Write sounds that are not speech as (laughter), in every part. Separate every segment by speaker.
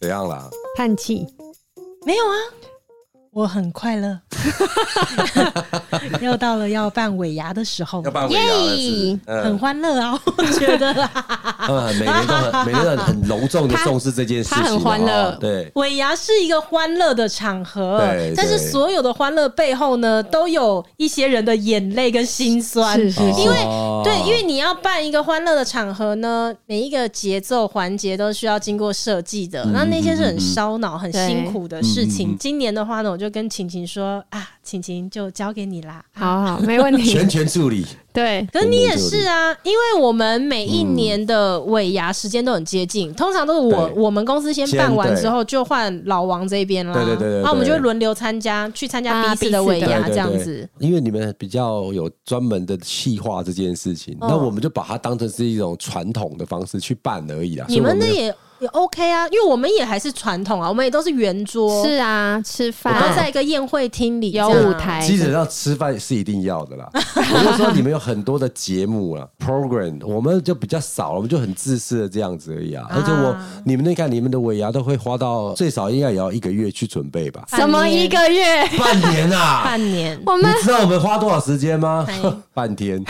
Speaker 1: 怎样啦？
Speaker 2: 叹气，
Speaker 3: 没有啊，我很
Speaker 2: (laughs)
Speaker 3: 快乐。又到了要办尾牙的时候
Speaker 1: 要
Speaker 3: 了，
Speaker 1: 办尾牙了是不是，
Speaker 3: 很
Speaker 1: 嗯
Speaker 3: 欢乐啊， (laughs) 我觉得啦。
Speaker 1: 嗯，每年都
Speaker 3: (laughs)
Speaker 1: 很每年都很隆重的重视这件事情，
Speaker 2: 他很欢乐
Speaker 1: 哦对，
Speaker 3: 尾牙是一个欢乐的场合
Speaker 1: 对，
Speaker 3: 但是
Speaker 1: 对
Speaker 3: 所有的欢乐背后呢，都有一些人的眼泪跟心酸。
Speaker 2: 是是
Speaker 3: 因
Speaker 2: 是，
Speaker 3: 为
Speaker 1: 哦
Speaker 3: 对，因为你要办一个欢乐的场合呢，每一个节奏环节都需要经过设计的，那那些是很烧脑、很
Speaker 2: 嗯对
Speaker 3: 辛苦的
Speaker 1: 嗯
Speaker 3: 事
Speaker 1: 嗯嗯
Speaker 3: 情
Speaker 1: 嗯。
Speaker 3: 今年的话呢，我就跟晴晴说啊，晴晴就交给你啦。
Speaker 2: 好好，没
Speaker 1: (laughs)
Speaker 2: 问题
Speaker 1: 全。权处理，
Speaker 2: 对，
Speaker 3: 可是你也是啊，因为我们每一年的尾牙时间都很接近，通常都是我
Speaker 1: 嗯对
Speaker 3: 我们公司先
Speaker 1: 先
Speaker 3: 办完
Speaker 1: 对
Speaker 3: 之后，就换老王这边啦。
Speaker 1: 对对对对对
Speaker 3: 然后我们就会轮流参加，去参加
Speaker 2: 啊
Speaker 3: 彼此的
Speaker 2: 彼
Speaker 3: 尾
Speaker 2: 此的
Speaker 3: 牙
Speaker 1: 对对
Speaker 3: 这样
Speaker 1: 对
Speaker 3: 子。
Speaker 1: 因为你们比较有专门的细化这件事情，
Speaker 3: 哦
Speaker 1: 那我们就把它当成是一种传统的方式去办而已啦。
Speaker 3: 你们那
Speaker 1: 所以我没有
Speaker 3: 也也 OK 啊，因为我们也还是传统啊，我们也都是圆桌，
Speaker 2: 是啊，吃饭
Speaker 3: 然后在一个宴会厅里
Speaker 2: 有
Speaker 3: 这样
Speaker 2: 舞
Speaker 3: 啊。，
Speaker 2: 台，
Speaker 1: 基本上吃饭是一定要的啦。我就说你们有很多的节目
Speaker 2: (laughs)
Speaker 1: 啊 program，我们就比较少，我们就很自私的这样子而已啊。而且我你们那看你们的尾牙都会花到最少应该也要一个月去准备吧
Speaker 2: 什么一个月，
Speaker 1: 半年啊。
Speaker 3: 半
Speaker 1: (laughs)
Speaker 3: 年，
Speaker 2: 我
Speaker 1: 你
Speaker 2: 们。
Speaker 1: 知道我们花多少时间吗
Speaker 3: 哎？
Speaker 1: (laughs) 半天，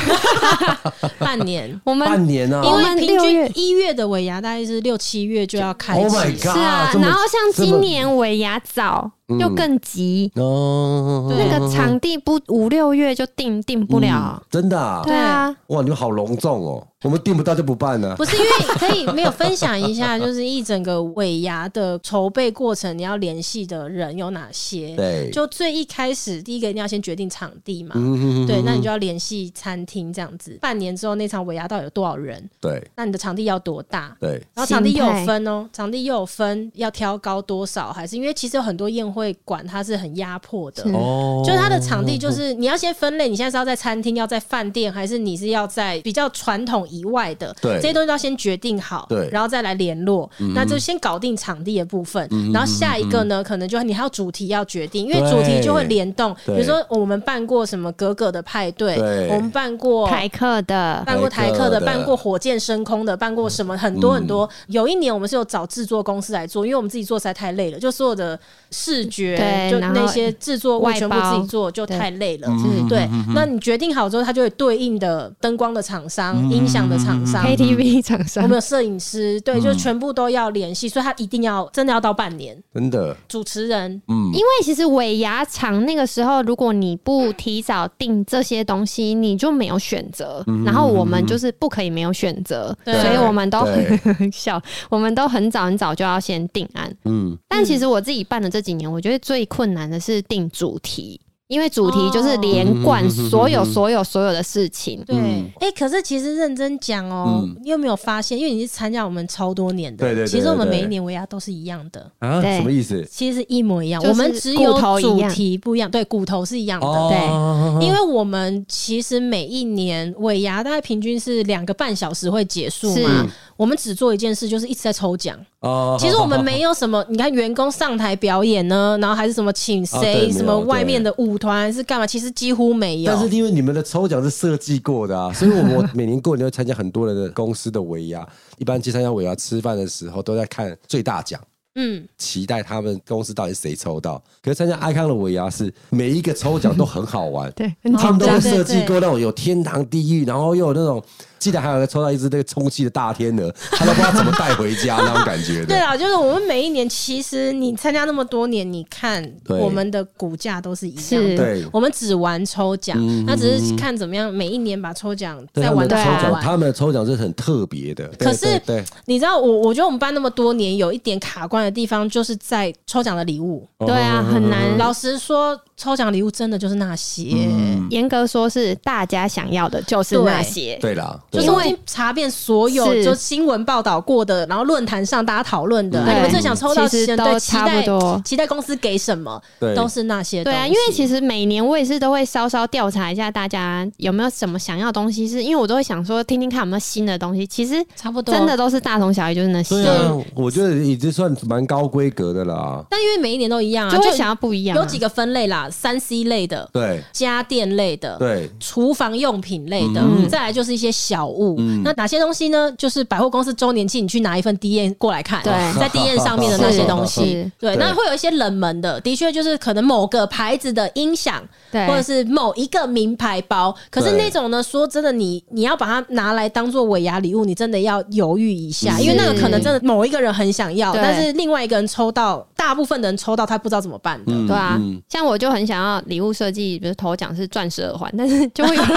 Speaker 3: 半年
Speaker 2: 我们
Speaker 1: 半年啊
Speaker 3: 因
Speaker 2: 我
Speaker 3: 为
Speaker 2: 们
Speaker 3: 平
Speaker 2: 六月
Speaker 3: 均一月的尾牙大概是六七月就要开
Speaker 1: ！Oh
Speaker 3: 启
Speaker 1: my
Speaker 3: 了
Speaker 1: god！
Speaker 2: 是啊，
Speaker 1: 这么
Speaker 2: 然后像
Speaker 1: 这么
Speaker 2: 今年尾牙早又更急，
Speaker 1: 哦，
Speaker 2: 那个场地不五六月就定定不了
Speaker 1: 嗯。真的啊
Speaker 2: 对啊，
Speaker 1: 哇，你们好隆重哦！我们订不到就不办 (laughs) 了。
Speaker 3: 不是因为可以没有分享一下，就是一整个尾牙的筹备过程，你要联系的人有哪些？
Speaker 1: 对
Speaker 3: 就最一开始，第一个你要先决定场地嘛，
Speaker 1: 嗯
Speaker 3: 对，那你就要联系餐厅这样子。半年之后那场尾牙到底有多少人？
Speaker 1: 对
Speaker 3: 那你的场地要多大？
Speaker 1: 对，
Speaker 3: 然后场地
Speaker 2: 心
Speaker 3: 又
Speaker 2: 态
Speaker 3: 有分哦，场地又有分，要挑高多少？还是因为其实有很多宴会馆它是很压迫的，
Speaker 2: 是
Speaker 1: 哦
Speaker 3: 就是它的场地，就是你要先分类，你现在是要在餐厅，要在饭店，还是你是要在比较传统以外的？
Speaker 1: 对
Speaker 3: 这些东西都要先决定好，
Speaker 1: 对嗯
Speaker 3: 然后再来联络。那就先搞定场地的部分，然后下一个呢，可能就你还有主题要决定，因为
Speaker 1: 对
Speaker 3: 主题就会联动。比
Speaker 1: 对
Speaker 3: 如说我们办过什么格格的派对
Speaker 1: 对，
Speaker 3: 我们办过
Speaker 2: 台客的
Speaker 3: (laughs) 办过台客
Speaker 1: 台客
Speaker 3: 的，
Speaker 1: 的
Speaker 3: 办过火箭升空的，办过什么很多很多。
Speaker 1: 嗯
Speaker 3: 有一年我们是有找制作公司来做，因为我们自己做实在太累了，就所有的视觉
Speaker 2: 对
Speaker 3: 就
Speaker 2: 然后
Speaker 3: 那些制作物
Speaker 2: 外
Speaker 3: 全部
Speaker 2: 包
Speaker 3: 自己做就太累了。
Speaker 1: 嗯
Speaker 3: 对，那你决定好之后，它就会对应的灯光的厂
Speaker 1: 嗯
Speaker 3: 商、音响的厂商。
Speaker 2: KTV 厂
Speaker 3: 我
Speaker 2: 商
Speaker 3: 们有摄影师，
Speaker 1: 嗯
Speaker 3: 对，就全部都要联系，所以他一定要真的要到半年。
Speaker 1: 真
Speaker 2: (laughs)
Speaker 1: 的，
Speaker 3: 主持人
Speaker 1: 嗯，
Speaker 2: 因为其实尾牙场那个时候，如果你不提早定这些东西，你就没有选择。
Speaker 1: 嗯
Speaker 2: 然后我们就是不可以没有选择，
Speaker 3: 对
Speaker 2: 所以我们都
Speaker 1: 对
Speaker 2: 笑，我们都很早很早就要先定案。
Speaker 1: 嗯，
Speaker 2: 但其实我自己办的这几年，我觉得最困难的是定主题，因为主题就是连贯所有所有所有的事情。
Speaker 3: 对，哎、可是其实认真讲哦、你有没有发现？因为你是参加我们超多年
Speaker 1: 嗯
Speaker 3: 的，
Speaker 1: 对对对
Speaker 3: 其实我们
Speaker 1: 对对
Speaker 3: 每一年维亚都是一样的。
Speaker 1: 啊，
Speaker 2: 对
Speaker 1: 什么意
Speaker 3: (laughs)
Speaker 1: 思？
Speaker 3: 其实一模一样，
Speaker 2: 就是
Speaker 3: 我们只有
Speaker 2: 骨头
Speaker 3: 主
Speaker 2: 一样
Speaker 3: 题不一样，对，骨头是一样的。
Speaker 1: 哦，
Speaker 3: 因为我们其实每一年尾牙大概平均是两个半小时会结束嘛
Speaker 2: 是，
Speaker 3: 我们只做一件事，就是一直在抽奖。
Speaker 1: 哦
Speaker 3: 其实我们没有什么，你看员工上台表演呢，然后还是什么请
Speaker 1: 哦对没
Speaker 3: 谁，
Speaker 1: 有
Speaker 3: 什么外面的舞团还是干嘛，其实几乎没有
Speaker 1: 但。是因为你们的抽奖是设计过的啊，所以我们每年过年会参加很多人的公司的尾牙， (laughs) 一般去参加尾牙吃饭的时候都在看最大奖。
Speaker 3: 嗯，
Speaker 1: 期待他们公司到底谁抽到。可是参加爱康的尾牙是每一个抽奖都很好玩，
Speaker 2: 对
Speaker 3: 哦
Speaker 2: 很
Speaker 1: 他们都
Speaker 3: 紧张
Speaker 1: 设计过那种有天堂、地狱，然后又有那种，记得还有一个抽到一只那个充气的大天
Speaker 3: (laughs)
Speaker 1: 鹅，他都不知道怎么带回家那种感觉
Speaker 3: 对
Speaker 1: 的。
Speaker 3: 啊，就是我们每一年，其实你参加那么多年，你看
Speaker 1: 对
Speaker 3: 我们的股价都是一样的
Speaker 2: 是。
Speaker 1: 对，嗯
Speaker 3: 我们只玩抽奖，那只是看怎么样，每一年把抽奖
Speaker 1: 对
Speaker 3: 再
Speaker 1: 他们
Speaker 3: 玩
Speaker 1: 的
Speaker 3: 到
Speaker 1: 抽
Speaker 2: 对啊
Speaker 3: 好
Speaker 1: 奖，
Speaker 3: 玩。
Speaker 1: 他们的抽奖是很特别的。对
Speaker 3: 可是
Speaker 1: 对，对
Speaker 3: 你知道我，我觉得我们班那么多年，有一点卡关的地方，就是在抽奖的礼物。
Speaker 2: 对啊，很
Speaker 1: 嗯
Speaker 2: 难。
Speaker 3: 老实说，抽奖礼物真的就是那些，
Speaker 2: 严格说是大家想要的就是那些。
Speaker 1: 对啦，
Speaker 3: 欸就
Speaker 1: 对
Speaker 3: 是
Speaker 1: 啦
Speaker 3: 我已经查遍所有
Speaker 2: 是
Speaker 3: 就新闻报道过的，然后论坛上大家讨论的，
Speaker 2: 对
Speaker 3: 啊你们最想抽到
Speaker 2: 其
Speaker 3: 谁？
Speaker 2: 实都
Speaker 3: 对，期
Speaker 2: 差不多
Speaker 3: 待期待公司给什么，
Speaker 1: 对
Speaker 3: 都是那些东
Speaker 2: 对
Speaker 3: 西。
Speaker 2: 啊，因为其实每年我也是都会稍稍调查一下大家有没有什么想要的东西是，因为我都会想说听听看有没有新的东西。其实
Speaker 3: 差不多
Speaker 2: 真的都是大同小异，就是那些。
Speaker 1: 对啊，我觉得已经算蛮蛮高规格的啦。
Speaker 3: 但因为每一年都一样啊，
Speaker 2: 就会想要不一样啊、
Speaker 3: 有几个分类啦，三 C 类的，
Speaker 1: 对
Speaker 3: 家电类的，
Speaker 1: 对，嗯
Speaker 3: 厨房用品类的，再来就是一些小物。那哪些东西呢？就是百货公司周年庆，你去拿一份 D N 过来看，
Speaker 2: 对
Speaker 3: 在 D N 上面的那些东西
Speaker 2: (laughs) 是。
Speaker 3: 对，
Speaker 1: 对
Speaker 3: 那会有一些冷门的，的确就是可能某个牌子的音响，
Speaker 2: 对
Speaker 3: 或者是某一个名牌包。可是
Speaker 1: 对
Speaker 3: 那种呢，说真的你，你要把它拿来当做尾牙礼物，你真的要犹豫一下，因为那个可能真的某一个人很想要，
Speaker 2: 对
Speaker 3: 但是另外一个人抽到，大部分的人抽到他不知道怎么办的。
Speaker 1: 嗯
Speaker 2: 对啊，像我就很想要礼物设计，比如头奖是钻石耳环，但是就会有
Speaker 1: (laughs)
Speaker 2: 人，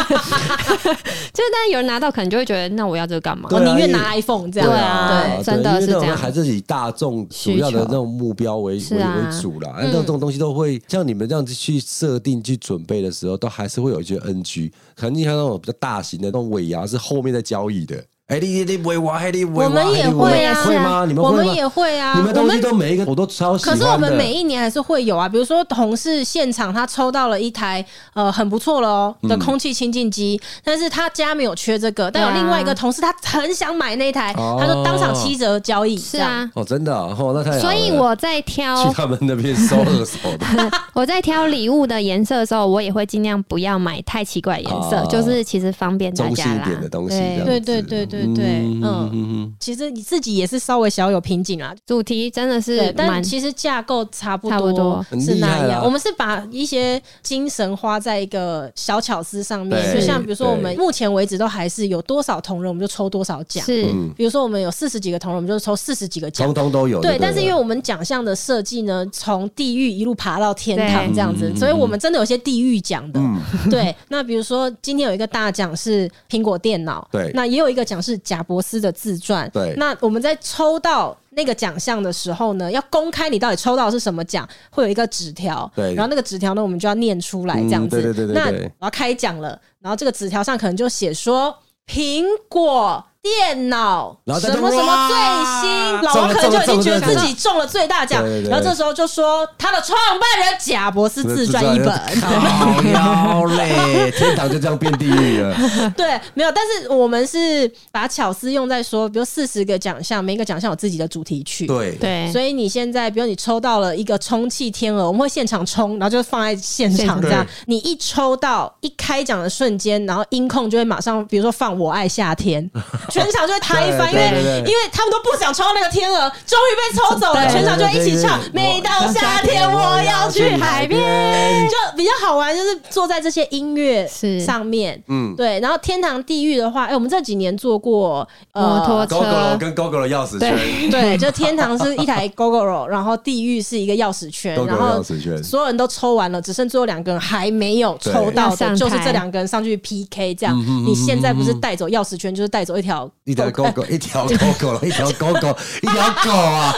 Speaker 2: 就是但是有人拿到，可能就会觉得那我要这个干嘛？
Speaker 1: 对
Speaker 3: 我
Speaker 1: 啊
Speaker 3: 哦宁愿
Speaker 1: 因为
Speaker 3: 拿 iPhone 这样。
Speaker 2: 对啊
Speaker 1: 对
Speaker 2: 真的
Speaker 1: 因为
Speaker 2: 是
Speaker 1: 那
Speaker 2: 这
Speaker 1: 种
Speaker 2: 样
Speaker 1: 还是以大众主要的那种目标为
Speaker 2: 需求
Speaker 1: 为
Speaker 2: 是啊
Speaker 1: 为主啦。
Speaker 3: 嗯
Speaker 1: 那这种东西都会像你们这样子去设定、去准备的时候，都还是会有一些 NG。可能你看那种比较大型的那种尾牙是后面在交易的。哎，你你你尾牙，嘿你尾
Speaker 3: 我
Speaker 1: 牙，
Speaker 3: 们也
Speaker 1: 嘿你尾
Speaker 3: 会
Speaker 1: 牙
Speaker 3: 啊，
Speaker 1: 会吗？你们
Speaker 3: 我
Speaker 1: 会
Speaker 3: 们
Speaker 1: 吗？
Speaker 3: 也会啊，
Speaker 1: 你们
Speaker 3: 我
Speaker 1: 东西
Speaker 3: 们。
Speaker 1: 都每一个我都超喜
Speaker 3: 可
Speaker 1: 欢
Speaker 3: 是
Speaker 1: 的。
Speaker 3: 我们每一年还是会有啊，比如说同事现场他抽到了一台呃很不错了哦
Speaker 1: 嗯
Speaker 3: 的空气清净机，但是他家没有缺这个，但有
Speaker 2: 对啊
Speaker 3: 另外一个同事他很想买那台，
Speaker 1: 哦
Speaker 3: 他就当场七折交易，
Speaker 2: 是
Speaker 3: 这样，
Speaker 2: 啊，
Speaker 1: 哦，真的啊哦，那太好了
Speaker 2: 所以我在
Speaker 1: 去
Speaker 2: 挑
Speaker 1: 他们那边收二手的。
Speaker 2: 我在挑礼物的颜色的时候，我也会尽量不要买太奇怪的颜色，
Speaker 1: 哦
Speaker 2: 就是其实方便大
Speaker 1: 中性
Speaker 2: 家
Speaker 1: 一
Speaker 2: 啦。
Speaker 1: 点的东西这
Speaker 2: 对
Speaker 1: 样
Speaker 3: 对对对对对，嗯，
Speaker 1: 嗯，
Speaker 3: 其实你自己也是稍微小有瓶颈啦。啊
Speaker 2: 主题真的
Speaker 3: 对
Speaker 2: 是，蛮
Speaker 3: 但其实架构差不
Speaker 2: 差不多
Speaker 3: 是那
Speaker 1: 很厉害啊
Speaker 3: 样。
Speaker 1: 啦
Speaker 3: 我们是把一些精神花在一个小巧思上面，
Speaker 1: 对
Speaker 3: 就像比如说我们
Speaker 1: 对
Speaker 3: 目前为止都还是有多少同仁，我们就抽多少奖。
Speaker 2: 是、
Speaker 1: 嗯
Speaker 3: 比如说我们有四十几个同仁，我们就抽四十几个奖
Speaker 1: 通。通都有。
Speaker 3: 对，
Speaker 1: 对了，
Speaker 3: 但是因为我们奖项的设计呢，从地狱一路爬到天堂
Speaker 2: 对
Speaker 3: 这样子，所以我们真的有些地狱奖的。
Speaker 1: 嗯 (laughs)
Speaker 3: 对，那比如说今天有一个大奖是苹果电脑，
Speaker 1: 对
Speaker 3: 那也有一个奖是贾伯斯的自传，
Speaker 1: 对
Speaker 3: 那我们在抽到。那个奖项的时候呢，要公开你到底抽到的是什么奖，会有一个纸条，
Speaker 1: 对
Speaker 3: 然后那个纸条呢，我们就要念出来这样子。
Speaker 1: 嗯对对对对
Speaker 3: 那
Speaker 1: 对
Speaker 3: 我要开奖了，然后这个纸条上可能就写说苹果电脑
Speaker 1: 然后大
Speaker 3: 什
Speaker 1: 家
Speaker 3: 么什么最新，
Speaker 1: 哇
Speaker 3: 老王可能就已经觉得
Speaker 1: 中了中了
Speaker 3: 自己中了最大奖
Speaker 1: 对对，对
Speaker 3: 然后这时候就说他的创办人贾博士自传一本，
Speaker 1: 好妖
Speaker 3: (laughs)
Speaker 1: 嘞，天堂就这样变地狱了。
Speaker 3: 对，没有，但是我们是把巧思用在说，比如四十个奖项，每一个奖项有自己的主题曲，
Speaker 1: 对，
Speaker 2: 对，
Speaker 3: 所以你现在，比如你抽到了一个充气天鹅，我们会现场冲，然后就放在现
Speaker 2: 现
Speaker 3: 场
Speaker 2: 场
Speaker 3: 这样
Speaker 1: 对。
Speaker 3: 你一抽到一开奖的瞬间，然后音控就会马上，比如说放《我爱夏天》，
Speaker 1: (laughs)
Speaker 3: 全场就会嗨翻，因
Speaker 1: 对
Speaker 3: 为
Speaker 1: 对对对
Speaker 3: 因为他们都不想抽到那个天鹅，终于被抽走了，
Speaker 1: 对
Speaker 3: 全场就会一起唱
Speaker 1: 对对对
Speaker 3: 《每到夏天我要去海边》，就比较好玩，就是坐在这些音乐
Speaker 2: 是
Speaker 3: 上面。
Speaker 1: 嗯，
Speaker 3: 对，然后天堂地狱的话，哎、我们这几年做过呃
Speaker 2: 摩托车
Speaker 1: GoGo 跟 GoGo 的钥匙圈，
Speaker 3: (laughs) 对，就天堂是一台
Speaker 2: (laughs)
Speaker 3: GoGoRo，然后地狱是一个钥匙圈，
Speaker 1: GoGo
Speaker 3: 然后
Speaker 1: 钥匙圈
Speaker 3: 所有人都抽完了，只剩最后两个人还没有抽到
Speaker 2: 对
Speaker 3: 的，
Speaker 2: 要上台
Speaker 3: 就是这两个人上去 PK 这样。
Speaker 1: 嗯
Speaker 3: 你现在不是带走钥匙圈，就是带走一
Speaker 1: (laughs)
Speaker 3: 条
Speaker 1: 一条 GoGo，一条
Speaker 3: (laughs)
Speaker 1: GoGo，一条 GoGo，一条狗啊，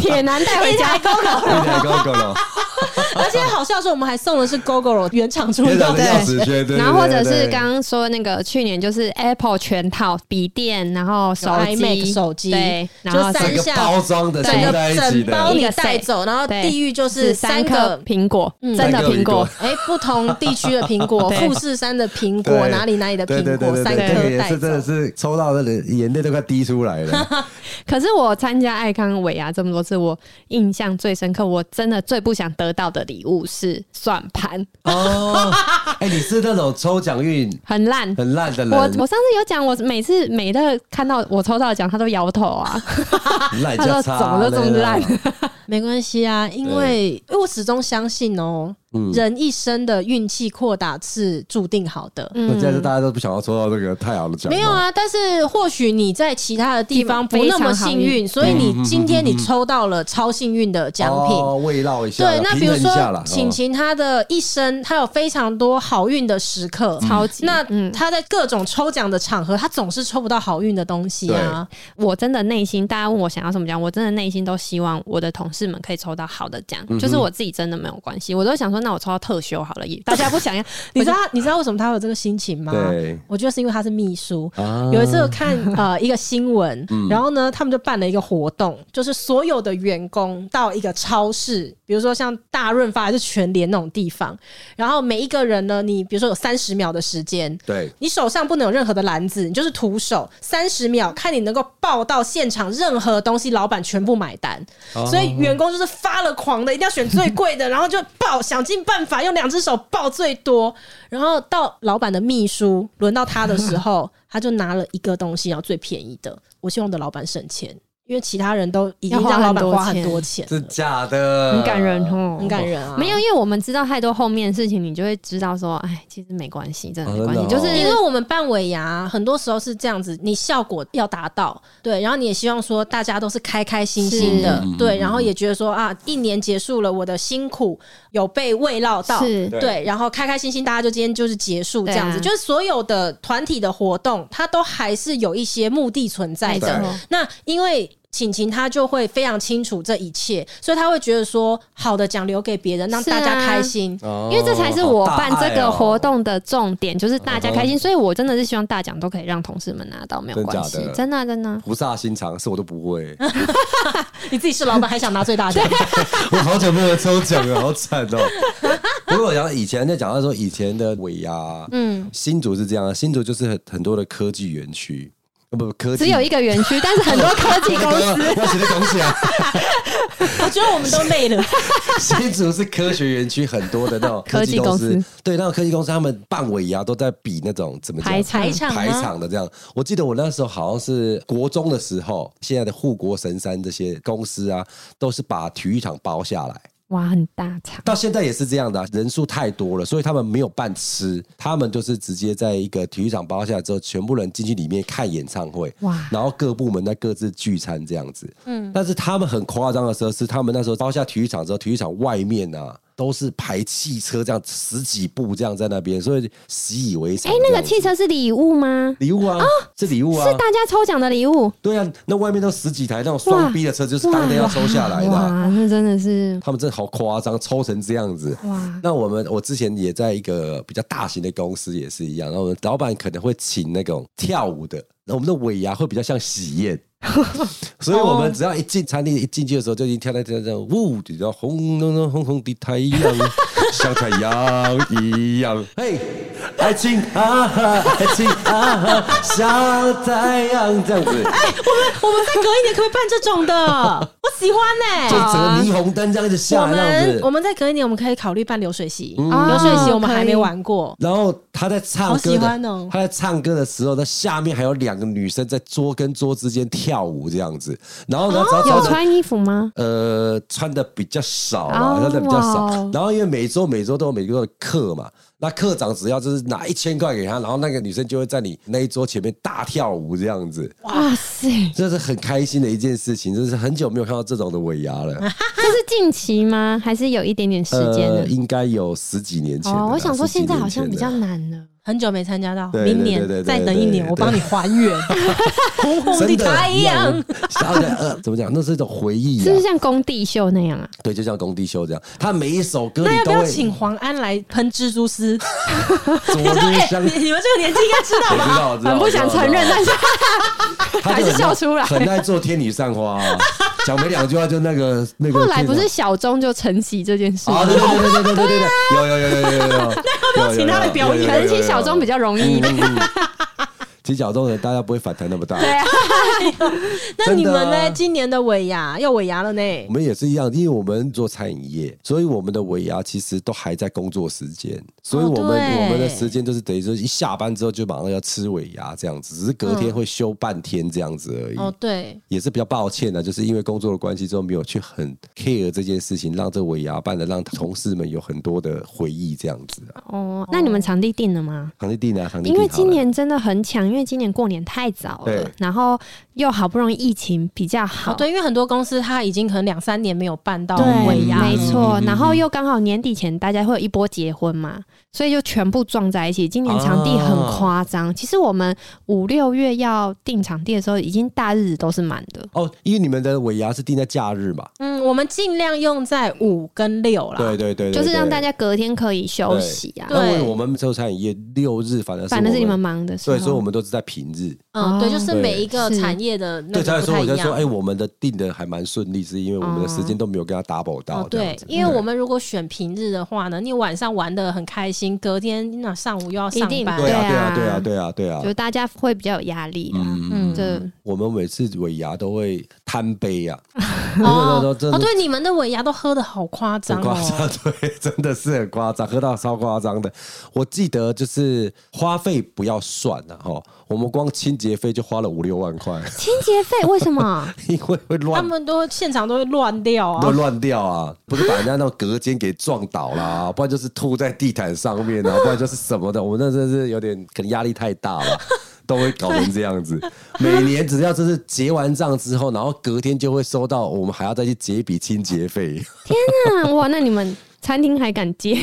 Speaker 2: 铁男带回
Speaker 3: 一
Speaker 2: 家
Speaker 3: 台 GoGoRo，
Speaker 1: 一条 GoGo，
Speaker 3: 而且好笑的是，我们还送的是 GoGoRo 原厂出
Speaker 1: 天
Speaker 3: 的
Speaker 1: 堂的钥匙圈，对对对
Speaker 2: 然后或者是
Speaker 1: 对
Speaker 2: 刚刚说那个去年就是 Apple 全套笔电，然后手
Speaker 3: 有 iMac
Speaker 2: 机、
Speaker 3: 手机
Speaker 2: 对，然
Speaker 3: 就
Speaker 2: 后
Speaker 3: 三
Speaker 1: 整个包装的
Speaker 3: 整
Speaker 1: 全
Speaker 3: 个
Speaker 1: 部在一起
Speaker 3: 整包
Speaker 1: 的，
Speaker 3: 你带走，然后
Speaker 2: 对
Speaker 3: 地狱就是
Speaker 2: 是
Speaker 3: 三
Speaker 2: 三颗
Speaker 3: 个。嗯
Speaker 2: 苹果，真
Speaker 1: 三
Speaker 2: 的
Speaker 1: 个
Speaker 2: 苹
Speaker 1: 苹
Speaker 2: 果
Speaker 1: 果，
Speaker 3: 哎，不同地区的苹
Speaker 2: (laughs)
Speaker 3: 果，
Speaker 2: 对
Speaker 3: 富士山的苹果，
Speaker 1: 对
Speaker 3: 哪里哪里的
Speaker 1: 对
Speaker 3: 苹
Speaker 1: 对对
Speaker 3: 果，
Speaker 1: 对
Speaker 3: 三颗
Speaker 1: 对，这个也
Speaker 3: 带
Speaker 1: 是真的
Speaker 3: 走。
Speaker 1: 是抽到的眼泪都快滴出来
Speaker 3: (laughs)
Speaker 1: 了。
Speaker 2: 可是我参加爱康尾牙这么多次，我印象最深刻，我真的最不想得到的礼物是算盘，
Speaker 1: 哦，哎，你是那种抽奖运
Speaker 2: 很烂。
Speaker 1: 很烂的人，
Speaker 2: 我我上次有讲，我每次美乐看到我抽到奖，他都摇头啊，
Speaker 1: 烂
Speaker 2: 他说
Speaker 1: 就
Speaker 2: 怎
Speaker 1: 差
Speaker 2: 么
Speaker 1: 了
Speaker 2: 都
Speaker 1: 啦
Speaker 2: 这么
Speaker 1: (laughs)
Speaker 2: 烂，
Speaker 3: 没关系啊，因为因为我始终相信哦，
Speaker 1: 嗯
Speaker 3: 人一生的运气扩大是注定好的。
Speaker 1: 那现在是大家都不想要抽到这个太好的奖，
Speaker 3: 嗯
Speaker 1: 哦
Speaker 3: 没有，啊，但是或许你在其他的地方不
Speaker 2: 非
Speaker 3: 那
Speaker 2: 常
Speaker 3: 么幸运，所以你今天你抽到了超幸运的奖品。
Speaker 1: 哦，慰劳一下啦，
Speaker 3: 对，那比
Speaker 1: 平
Speaker 3: 如
Speaker 1: 衡一下
Speaker 3: 说
Speaker 1: 啦哦
Speaker 3: 晴晴，她的一生她有非常多好运的时刻，
Speaker 2: 超级
Speaker 3: 那
Speaker 2: 嗯
Speaker 3: 她在各种抽奖的场合，她总是抽不到好运的东西啊。
Speaker 2: 我真的内心，大家问我想要什么奖，我真的内心都希望我的同事们可以抽到好的
Speaker 1: 嗯
Speaker 2: 奖，就是我自己真的没有关系，我都想说，那我抽到特休好了，也大家不想要，
Speaker 3: 你
Speaker 1: (laughs)
Speaker 3: 知道你知道为什么他有这个心情吗？
Speaker 1: 对
Speaker 3: 我觉得是因为他是秘书。
Speaker 1: 啊
Speaker 3: 有一次我看呃一个新闻，然后呢，他们就办了一个活动，就是所有的员工到一个超市。比如说像大润发还是全联那种地方，然后每一个人呢，你比如说有三十秒的时间，
Speaker 1: 对，
Speaker 3: 你手上不能有任何的篮子，你就是徒手三十秒，看你能够抱到现场任何东西，老板全部买单。所以员工就是发了狂的，一定要选最贵的，然后就抱，想尽办法用两只手抱最多。然后到老板的秘书轮到他的时候， (laughs) 他就拿了一个东西，然后最便宜的。我希望我的老板省钱，因为其他人都已经
Speaker 2: 要花
Speaker 3: 让老
Speaker 2: 很
Speaker 3: 板
Speaker 2: 多
Speaker 3: 花很
Speaker 2: 钱
Speaker 3: 多钱
Speaker 1: 是假的，
Speaker 2: 很感人哦，
Speaker 1: 嗯
Speaker 3: 很感人啊！
Speaker 2: 没有，因为我们知道太多后面的事情，你就会知道说，哎，其实没关系，真的没关系，
Speaker 1: 哦真的
Speaker 2: 就
Speaker 1: 哦
Speaker 2: 是
Speaker 3: 因为我们办尾牙，很多时候是这样子，你效果要达到，对，然后你也希望说大家都是开开心心的
Speaker 2: 嗯
Speaker 1: 是，
Speaker 3: 对，然后也觉得说啊，一年结束了，我的辛苦有被慰劳到，
Speaker 2: 是
Speaker 1: 对
Speaker 3: 对，然后开开心心，大家就今天就是结束这
Speaker 2: 对啊
Speaker 3: 样子，就是所有的团体的活动，它都还是有一些目的存在
Speaker 2: 没
Speaker 3: 的，
Speaker 2: 错，
Speaker 3: 那因为晴晴她就会非常清楚这一切，所以她会觉得说，好的奖留给别人，让
Speaker 2: 是
Speaker 3: 大
Speaker 2: 啊
Speaker 3: 家开心。
Speaker 1: 哦
Speaker 2: 因为这才是我办这个活，
Speaker 1: 好大爱哦
Speaker 2: 动的重点，就是大家开
Speaker 1: 哦
Speaker 2: 心，所以我真的是希望大奖都可以让同事们拿到，没有
Speaker 1: 真假
Speaker 2: 关系
Speaker 1: 的，
Speaker 2: 真的啊真的啊。
Speaker 1: 菩萨心肠，是我都不会，
Speaker 3: 你自己是老板，还想拿最大奖？
Speaker 2: (laughs)
Speaker 1: 我好久没有抽奖了，好惨哦。不过我讲以前在讲到说以前的尾牙，嗯，新竹是这样啊，新竹就是很很多的科技园区，呃不不科技
Speaker 2: 只有一个园区，但是很多科技
Speaker 1: (laughs)
Speaker 2: 公司，
Speaker 1: 要写的东西啊。
Speaker 3: 我觉得我们都累了。
Speaker 1: 新竹是科学园区，很多的那种科技公
Speaker 2: (laughs) 科技
Speaker 1: 司
Speaker 2: 公，
Speaker 1: 对，那种科技公司他们办尾牙都在比那种怎么讲
Speaker 2: 排场排
Speaker 3: 场吗
Speaker 1: 排场的这样。我记得我那时候好像是国中的时候，现在的护国神山这些公司啊，都是把体育场包下来。
Speaker 2: 哇，很大场，
Speaker 1: 到现在也是这样的啊、人数太多了，所以他们没有办吃，他们就是直接在一个体育场包下来之后，全部人进去里面看演唱会，
Speaker 2: 哇
Speaker 1: 然后各部门在各自聚餐这样子。嗯，但是他们很夸张的时候是，他们那时候包下体育场之后，体育场外面啊。都是排汽车这样十几部这样在那边，所以习以为常
Speaker 2: 哎、
Speaker 1: 这样子。
Speaker 2: 那个汽车是礼物吗？
Speaker 1: 礼物啊，是礼物啊，
Speaker 2: 是大家抽奖的礼物，
Speaker 1: 对啊，那外面都十几台那种双
Speaker 2: 哇
Speaker 1: B 的车，就是当天要抽下来的啊、
Speaker 2: 哇，那真的是
Speaker 1: 他们真的好夸张，抽成这样子。
Speaker 2: 哇，
Speaker 1: 那我们我之前也在一个比较大型的公司也是一样，然后我们老板可能会请那种跳舞的，然后我们的尾牙会比较像喜宴，所以我们只要一进餐厅一进去的时候就已经跳跳跳跳，呜，就叫红红红红红的太阳，像太阳一样，嘿，爱情啊哈，爱情啊哈，像太阳这样子，
Speaker 3: 我们再隔一年可不可以办这种的？
Speaker 1: (laughs)
Speaker 3: 我喜欢
Speaker 1: 就
Speaker 3: 呢、
Speaker 1: 整个霓虹灯这样一直
Speaker 3: 我
Speaker 1: 下这样
Speaker 3: 们
Speaker 1: 子嗯
Speaker 3: 我。们再隔一年，我们可以考虑办流水席。
Speaker 2: 哦
Speaker 3: 流水席我们还
Speaker 2: 可以
Speaker 3: 没玩过，
Speaker 1: 然后他在唱歌
Speaker 3: 好喜欢
Speaker 1: 的，
Speaker 3: 哦
Speaker 1: 他在唱歌的时候，那下面还有两个女生在桌跟桌之间跳舞这样子。然后呢，早早
Speaker 2: 哦有
Speaker 1: 的。
Speaker 2: 穿衣服吗？
Speaker 1: 呃，穿的比较少
Speaker 2: 哦
Speaker 1: 啦，穿的比较少
Speaker 2: 哇哦。
Speaker 1: 然后因为每周每周都有每个周的课嘛，那课长只要就是拿一千块给他，然后那个女生就会在你那一桌前面大跳舞这样子，
Speaker 2: 哇塞，
Speaker 1: 这是很开心的一件事情，就是很久没有看到这种的尾牙了。
Speaker 2: 这是近期吗？还是有一点点时间
Speaker 1: 呃，
Speaker 2: 的？
Speaker 1: 应该有十几年前了啦。
Speaker 2: 哦，我想说
Speaker 1: 十几
Speaker 2: 现在
Speaker 1: 年
Speaker 2: 好像
Speaker 1: 前
Speaker 2: 比
Speaker 1: 了
Speaker 2: 较难了。
Speaker 3: 很久没参加到，
Speaker 1: 对对
Speaker 3: 明
Speaker 1: 对对
Speaker 3: 年再等一
Speaker 1: 对
Speaker 3: 年，
Speaker 1: 对
Speaker 3: 我帮你还原。红
Speaker 1: (laughs)
Speaker 3: 红
Speaker 1: 真
Speaker 3: 的
Speaker 1: 的
Speaker 3: 太阳，，
Speaker 1: 想想呃，怎么讲？那是一种回忆
Speaker 2: 是
Speaker 1: 啊
Speaker 2: 不是，像工地秀那样啊？
Speaker 1: 对，就像工地秀这样，他每一首歌
Speaker 3: (laughs) 那
Speaker 1: 你
Speaker 3: 要不
Speaker 1: 都
Speaker 3: 要
Speaker 1: 会
Speaker 3: 请黄安来喷蜘蛛丝？
Speaker 1: (laughs) 左右相。
Speaker 3: (laughs) 你你们这个年纪应该知道
Speaker 1: 我知
Speaker 3: 吧？
Speaker 1: 道，我知道，
Speaker 2: 很不想承认，但是
Speaker 1: 他
Speaker 2: 还是笑出来
Speaker 1: 很爱做天女散花啊，讲没两句话就那个那个。
Speaker 2: 后来不是小钟就承袭这件事吗
Speaker 1: 啊，？对对对对对对对对，有有有有有有有。那
Speaker 3: 要不要请他来表演
Speaker 2: 可能请小钟比较容
Speaker 1: 嗯
Speaker 2: 易一点。
Speaker 1: 请小钟的大家不会反弹那么大。
Speaker 2: 对啊，
Speaker 3: 那你
Speaker 1: (laughs) 真
Speaker 3: 们
Speaker 1: 的啊
Speaker 3: 呢？今年的尾牙要尾牙了呢
Speaker 1: 我。们也是一样，因为我们做餐饮业，所以我们的尾牙其实都还在工作时间，所以
Speaker 2: 哦
Speaker 1: 我们、
Speaker 3: 对
Speaker 1: 我们的时间就是等于说一下班之后就马上要吃尾牙这样子，只是隔天会休半天这样子而已。
Speaker 3: 哦，对，
Speaker 1: 也是比较抱歉的，就是因为工作的关系之后没有去很 care 这件事情，让这尾牙办的让同事们有很多的回忆这样子啊。
Speaker 2: 哦，那你们场地定了吗？
Speaker 1: 场地地呢？场地
Speaker 2: 因
Speaker 1: 地
Speaker 2: 为
Speaker 1: 好
Speaker 2: 今
Speaker 1: 了
Speaker 2: 年真的很抢，因为今年过年太早了
Speaker 1: 对，啊
Speaker 2: 然后又好不容易疫情比较好，
Speaker 3: 哦对，因为很多公司它已经可能两三年没有办到哦尾
Speaker 2: 对，
Speaker 3: 牙了，
Speaker 2: 没错。然后又刚好年底前大家会有一波结婚嘛，所以就全部撞在一起。今年场地很夸张，其实我们五六月要定场地的时候，已经大日子都是满的。
Speaker 1: 哦，因为你们的尾牙是定在假日嘛，
Speaker 3: 嗯，我们尽量用在五跟六啦。
Speaker 1: 对对对对
Speaker 2: 就是让
Speaker 1: 对
Speaker 2: 大家隔天可以休息啊
Speaker 3: 对，
Speaker 1: 那为我们做餐饮业六日反而
Speaker 2: 反正是你
Speaker 1: 我
Speaker 2: 们忙的时候。嗯
Speaker 1: 对，所以我们都是在平日。
Speaker 2: 哦
Speaker 4: 嗯，对，就是
Speaker 1: 对
Speaker 4: 每一个
Speaker 2: 是
Speaker 4: 产业的那
Speaker 1: 对他
Speaker 4: 个
Speaker 1: 来
Speaker 4: 不
Speaker 1: 说，
Speaker 4: 太
Speaker 1: 我
Speaker 4: 一
Speaker 1: 在说，
Speaker 4: 样
Speaker 1: 哎、。我们的定的还蛮顺利，是因为我们的时间都没有跟他 double 到、
Speaker 4: 哦，对，因为我们如果选平日的话呢，你晚上玩的很开心，隔天那上午又要上
Speaker 2: 一定
Speaker 4: 班，
Speaker 1: 对啊，对
Speaker 2: 对
Speaker 1: 啊，
Speaker 2: 啊
Speaker 1: 对啊，对啊，对啊
Speaker 2: 就，大家会比较有压力啦。
Speaker 1: (laughs) 嗯，
Speaker 2: 这
Speaker 1: 我们每次尾牙都会贪杯啊，
Speaker 4: 哦
Speaker 1: 真的真的
Speaker 4: 哦，对，你们的尾牙都喝的好夸张
Speaker 1: 很夸
Speaker 4: 哦，
Speaker 1: 张， (laughs) 对，真的是很夸张，喝到超夸张的。我记得就是花费不要算了、啊、哈，我们光清洁费就花了五六万块， (laughs)
Speaker 2: 清洁费为什么？ (laughs)
Speaker 1: 因为会
Speaker 4: 他
Speaker 1: 乱
Speaker 4: 们都会现场都会乱掉
Speaker 1: 都
Speaker 4: 啊。
Speaker 1: 乱掉啊，不是把人家那种隔间给撞倒
Speaker 2: (laughs)
Speaker 1: 啦，不然就是吐在地毯上面啊，不然就是什么的。我们那真是有点可能压力太大
Speaker 2: (laughs)
Speaker 1: 了。都会搞成这样子，每年只要就是结完账之后，然后隔天就会收到，我们还要再去结一笔清洁
Speaker 2: (laughs)
Speaker 1: 费。
Speaker 2: 那嗯哇，那你们餐厅还敢接？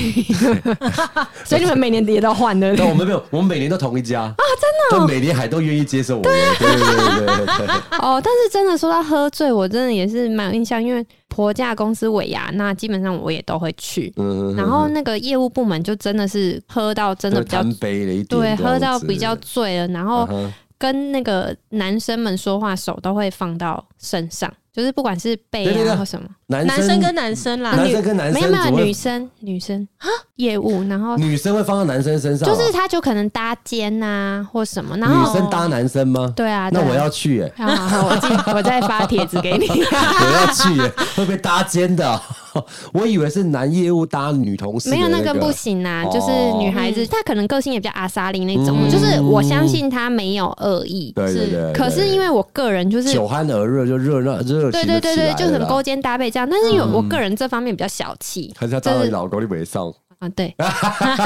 Speaker 2: (laughs) 所以你们每年也都换的。
Speaker 1: 但我们没有，我们每年都同一家啊，真的、就每年还都愿意接受我们。
Speaker 2: 啊
Speaker 1: 对对对对对对，
Speaker 2: (laughs) 哦，但是真的说到喝醉，我真的也是蛮有印象，因为婆家公司尾牙，那基本上我也都会去。
Speaker 1: 嗯，
Speaker 2: 然后那个业务部门就真的是喝到真的
Speaker 1: 就
Speaker 2: 比较
Speaker 1: 贪杯了一点，
Speaker 2: 对，
Speaker 1: 这样子
Speaker 2: 喝到比较醉了，然
Speaker 1: 啊
Speaker 2: 后
Speaker 1: 哈
Speaker 2: 跟那个男生们说话，手都会放到身上，就是不管是背
Speaker 1: 对对对
Speaker 2: 啊或什么，
Speaker 1: 男
Speaker 4: 男生跟男生啦，
Speaker 1: 男生跟男生
Speaker 2: 没有没有
Speaker 1: 怎么会
Speaker 2: 女生女生业务，然后
Speaker 1: 女生会放到男生身上啊，
Speaker 2: 就是他就可能搭肩呐、或什么，然
Speaker 1: 女
Speaker 2: 后
Speaker 1: 生搭男生吗？
Speaker 2: 对啊，
Speaker 1: 那
Speaker 2: 对啊
Speaker 1: 我要去耶、
Speaker 2: 好好好，我记我再发帖
Speaker 1: (laughs)
Speaker 2: 子给你。
Speaker 1: 我要去、
Speaker 2: (laughs)
Speaker 1: 耶，会被搭肩的 (laughs) 哦、我以为是男业务搭女同事、
Speaker 2: 没有
Speaker 1: 那
Speaker 2: 那
Speaker 1: 个
Speaker 2: 个不行啊，
Speaker 1: 哦
Speaker 2: 就是女孩子，她可能个性也比较阿莎莉那种，
Speaker 1: 嗯
Speaker 2: 就是我相信她没有恶意，
Speaker 1: 对对对对
Speaker 2: 可是因为我个人就是
Speaker 1: 酒酣耳热就热热热情
Speaker 2: 对对对对，
Speaker 1: 就
Speaker 2: 就
Speaker 1: 起来
Speaker 2: 很
Speaker 1: 了嗯
Speaker 2: 勾
Speaker 1: 啦。
Speaker 2: 肩搭背这样。但是有我个人这方面比较小气，
Speaker 1: 还是他当你老公，你没上，
Speaker 2: 啊，对
Speaker 1: 哎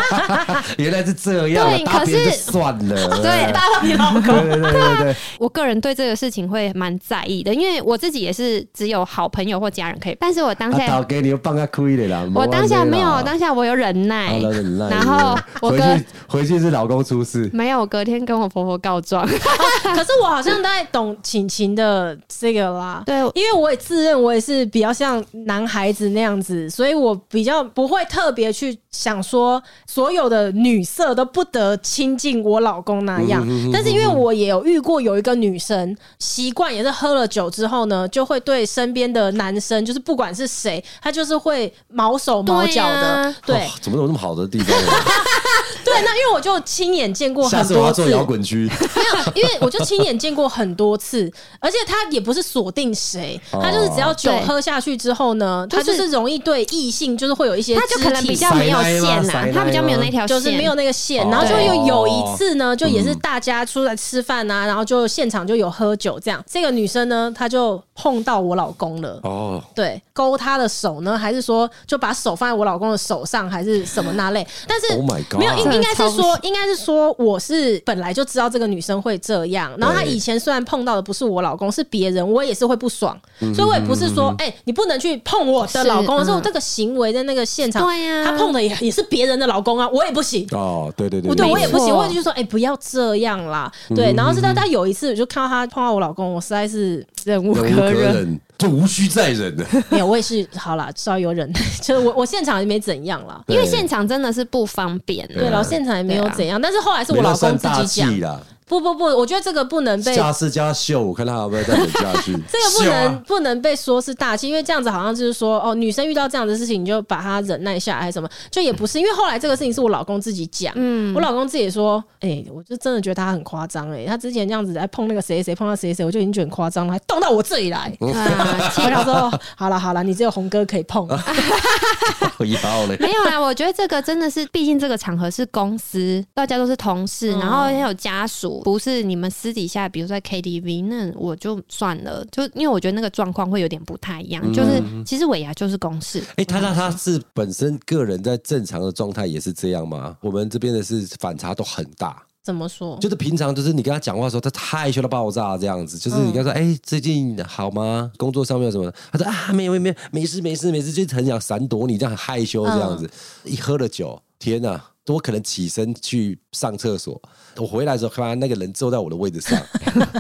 Speaker 1: 原来是这样啊，
Speaker 2: 对
Speaker 1: 搭别人
Speaker 2: 可
Speaker 1: 就是算了，
Speaker 2: 对，
Speaker 3: 大到你老
Speaker 4: (laughs)
Speaker 3: 公，
Speaker 1: 对对对啊对对，
Speaker 2: 我个人对这个事情会蛮在意的，因为我自己也是只有好朋友或家人可以，但是我当
Speaker 1: 啊，
Speaker 2: 下
Speaker 1: 倒给你又放个亏的啦，
Speaker 2: 我当下没有，
Speaker 1: 没
Speaker 2: 当下我有忍耐
Speaker 1: 啊完没啦好，了忍耐
Speaker 2: 然后我
Speaker 1: 回
Speaker 2: 哥
Speaker 1: 去回去是老公出事，
Speaker 2: 没有，我隔天跟我婆婆告
Speaker 1: (laughs)
Speaker 2: 状，
Speaker 3: 可是我好像大概懂晴晴的这个啦。
Speaker 2: 对啊
Speaker 3: 因为我也自认我也是比较像男孩子那样子，所以我比较不会特别去想说所有的女色都不得亲近我老公那
Speaker 1: 嗯
Speaker 3: 样。但是因为我也有遇过有一个女生，习惯也是喝了酒之后呢，就会对身边的男生，就是不管是谁，她就是会毛手毛脚的。对、
Speaker 2: 啊
Speaker 1: 哦怎么有那么好的地方啊？
Speaker 2: (laughs)
Speaker 3: 对，那因为我就亲眼见过
Speaker 1: 下
Speaker 3: 很
Speaker 1: 次我
Speaker 3: 多
Speaker 1: 要
Speaker 3: 次
Speaker 1: 做，摇滚区，
Speaker 3: 没有，因为我就亲眼见过很多次，而且他也不是锁定谁，
Speaker 1: 哦
Speaker 3: 他就是只要酒
Speaker 2: 对
Speaker 3: 喝下去之后呢，他
Speaker 2: 就
Speaker 3: 就是是容易对异性就是会有一些
Speaker 2: 她就可能
Speaker 3: 肢体
Speaker 2: 比较没有线
Speaker 1: 塞奶
Speaker 2: 呐
Speaker 1: 吗，
Speaker 2: 她比较没有那条线，
Speaker 3: 就是没有那个线，然后
Speaker 1: 哦
Speaker 3: 就有有一次呢，就也是
Speaker 1: 嗯
Speaker 3: 大家出来吃饭啊，然后就现场就有喝酒这样。这个女生呢，她就碰到我老公了，
Speaker 1: 哦，
Speaker 3: 对，勾他的手呢，还是说就把手放在我老公的手上，还是什么
Speaker 1: (laughs)
Speaker 3: 那类？但是
Speaker 1: Oh my god
Speaker 3: 没有，应应该
Speaker 2: 真的
Speaker 3: 是
Speaker 2: 超不
Speaker 3: 说
Speaker 2: 行，
Speaker 3: 应该是说，我是本来就知道这个女生会这样，然后她
Speaker 1: 对
Speaker 3: 以前虽然碰到的不是我老公，是别人，我也是会不爽，
Speaker 1: 嗯
Speaker 3: 所以我也不是说，哎、你不能去碰我的老公，
Speaker 2: 是嗯
Speaker 3: 是我这个行为在那个现场，
Speaker 2: 对啊呀
Speaker 3: 他碰的也也是别人的老公啊，我也不行，
Speaker 1: 哦，对对对，
Speaker 3: 不对，
Speaker 2: 没
Speaker 3: 我也不行，
Speaker 2: 错
Speaker 3: 我也就说，哎、不要这样啦。
Speaker 1: 嗯
Speaker 3: 对，然后是但但有一次，我就看到他碰到我老公，我实在是忍无
Speaker 1: 忍无
Speaker 3: 可
Speaker 1: 可
Speaker 3: 忍。
Speaker 1: 忍，就无需再忍了。
Speaker 3: (laughs) 没有，我也是好啦，稍微有忍 (laughs) 耐，就是我我现场也没怎样啦。
Speaker 2: 因为现场真的是不方便啊。
Speaker 1: 对
Speaker 3: 对
Speaker 1: 啊
Speaker 3: 了，现场也没有怎样，但是后来是
Speaker 1: 没
Speaker 3: 我
Speaker 1: 到
Speaker 3: 老公
Speaker 1: 算
Speaker 3: 自
Speaker 1: 大
Speaker 3: 己
Speaker 1: 气
Speaker 3: 讲，
Speaker 1: 啦，
Speaker 3: 不不不，我觉得这个不能被
Speaker 1: 下次叫他秀，我看他有没有再忍下去。
Speaker 3: (laughs) 这个不
Speaker 1: 秀
Speaker 3: 能
Speaker 1: 啊
Speaker 3: 不能被说是大气，因为这样子好像就是说哦，女生遇到这样的事情你就把她忍耐下来，还是什么就也不是，因为后来这个事情是我老公自己讲，
Speaker 2: 嗯
Speaker 3: 我老公自己说，哎、我就真的觉得他很夸张哎，他之前这样子在碰那个谁谁碰到谁谁，我就已经觉得很夸张了，还动到我这里来，
Speaker 1: 嗯
Speaker 3: (laughs) 我
Speaker 2: 啊，气
Speaker 3: 想说好了好了，你只有红哥可
Speaker 1: (laughs)
Speaker 3: 以碰，
Speaker 1: 不要嘞，
Speaker 2: (laughs) 没有啦，我觉得这个真的是，毕竟这个场合是公司，大家都是同事，
Speaker 3: 嗯
Speaker 2: 然后也有家属，不是你们私底下，比如说在 KTV，那我就算了，就因为我觉得那个状况会有点不太一样，就是其实尾牙就是公事，
Speaker 1: 哎、他那他是本身个人在正常的状态也是这样吗？我们这边的是反差都很大，
Speaker 3: 怎么说？
Speaker 1: 就是平常就是你跟他讲话的时候，他害羞到爆炸这样子，就是你跟他说，哎、最近好吗？工作上面有什么？他说啊，没有没有没有，没事没事没事，就是很想闪躲你，这样很害羞这样子。一喝了酒，天哪、我可能起身去上厕所，我回来的时候，看到那个人坐在我的位置上，